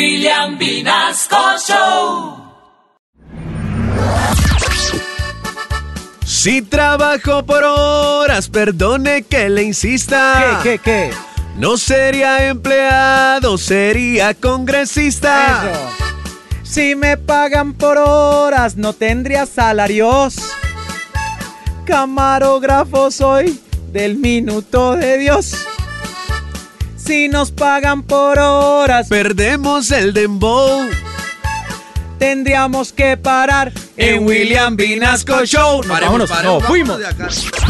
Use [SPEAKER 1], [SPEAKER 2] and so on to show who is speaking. [SPEAKER 1] William Vinasco Show.
[SPEAKER 2] Si trabajo por horas, perdone que le insista.
[SPEAKER 3] ¿Qué, qué, qué?
[SPEAKER 2] No sería empleado, sería congresista.
[SPEAKER 3] Eso. Si me pagan por horas, no tendría salarios. Camarógrafo soy del minuto de Dios. Si nos pagan por horas,
[SPEAKER 2] Perdemos el dembow
[SPEAKER 3] tendríamos que parar
[SPEAKER 2] en William Vinasco Show.
[SPEAKER 3] Vámonos, no, fuimos.
[SPEAKER 2] de acá.